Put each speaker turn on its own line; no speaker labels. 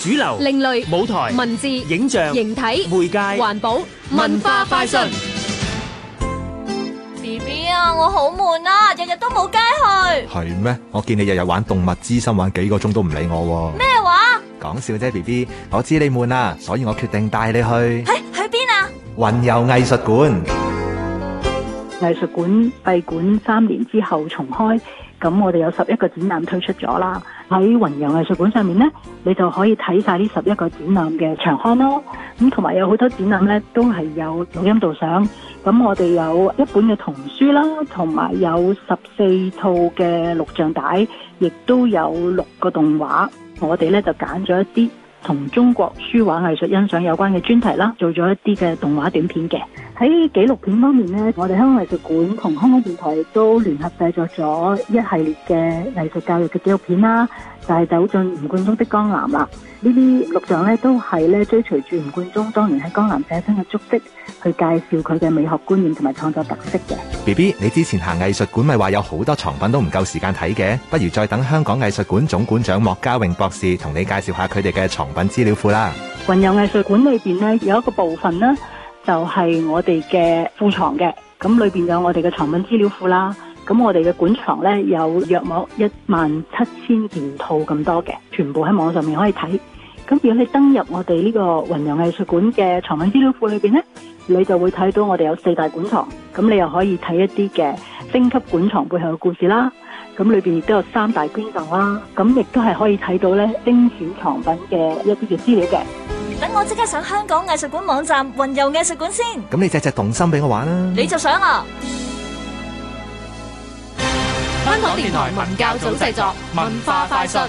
主流、
另類、
舞台、
文字、
影像、
形體、
媒介、
環保、文化快訊。
B B 啊，我好悶啊，日日都冇街去。
係咩？我見你日日玩動物之心玩幾個鐘都唔理我喎、
咩話？
講笑啫，B B，我知你悶啦，所以我決定帶你去
喺喺邊啊？
雲遊藝術館。
藝術館閉館三年之後重開，咁我哋有十一個展覽推出咗啦。喺雲遊藝術館上面呢，你就可以睇晒呢十一個展覽嘅長刊咯。咁同埋有好多展覽呢，都係有錄音導賞。咁我哋有一本嘅童書啦，同埋有十四套嘅錄像帶，亦都有六個動畫。我哋呢就揀咗一啲同中國書畫藝術欣賞有關嘅專題啦，做咗一啲嘅動畫短片嘅。喺紀錄片方面呢，我哋香港藝術館同香港電台亦都聯合製作咗一系列嘅藝術教育嘅紀錄片啦，就係、走進吳冠中的江南啦。呢啲錄像呢，都係咧追隨住吳冠中當年喺江南寫生嘅足跡，去介紹佢嘅美學觀念同埋創作特色嘅。
B B，你之前行藝術館咪話有好多藏品都唔夠時間睇嘅，不如再等香港藝術館總館長莫家榮博士同你介紹下佢哋嘅藏品資料庫啦。
雲遊藝術館裏邊呢，有一個部分呢，就係、我哋嘅庫藏嘅，咁裏邊有我哋嘅藏品資料庫啦。咁我哋嘅館藏呢，有約莫一萬七千件套咁多嘅，全部喺網上面可以睇。咁如果你登入我哋呢個雲遊藝術館嘅藏品資料庫裏邊呢，你就會睇到我哋有四大館藏，咁你又可以睇一啲嘅星級館藏背後嘅故事啦。咁裏邊亦都有三大捐贈啦，咁亦都係可以睇到呢精選藏品嘅一啲嘅資料嘅。
等我即刻上香港藝術館網站雲遊藝術館先。
咁你隻隻動心俾我玩啦。
你就想啊？
香港電台文教組製作，文化快訊。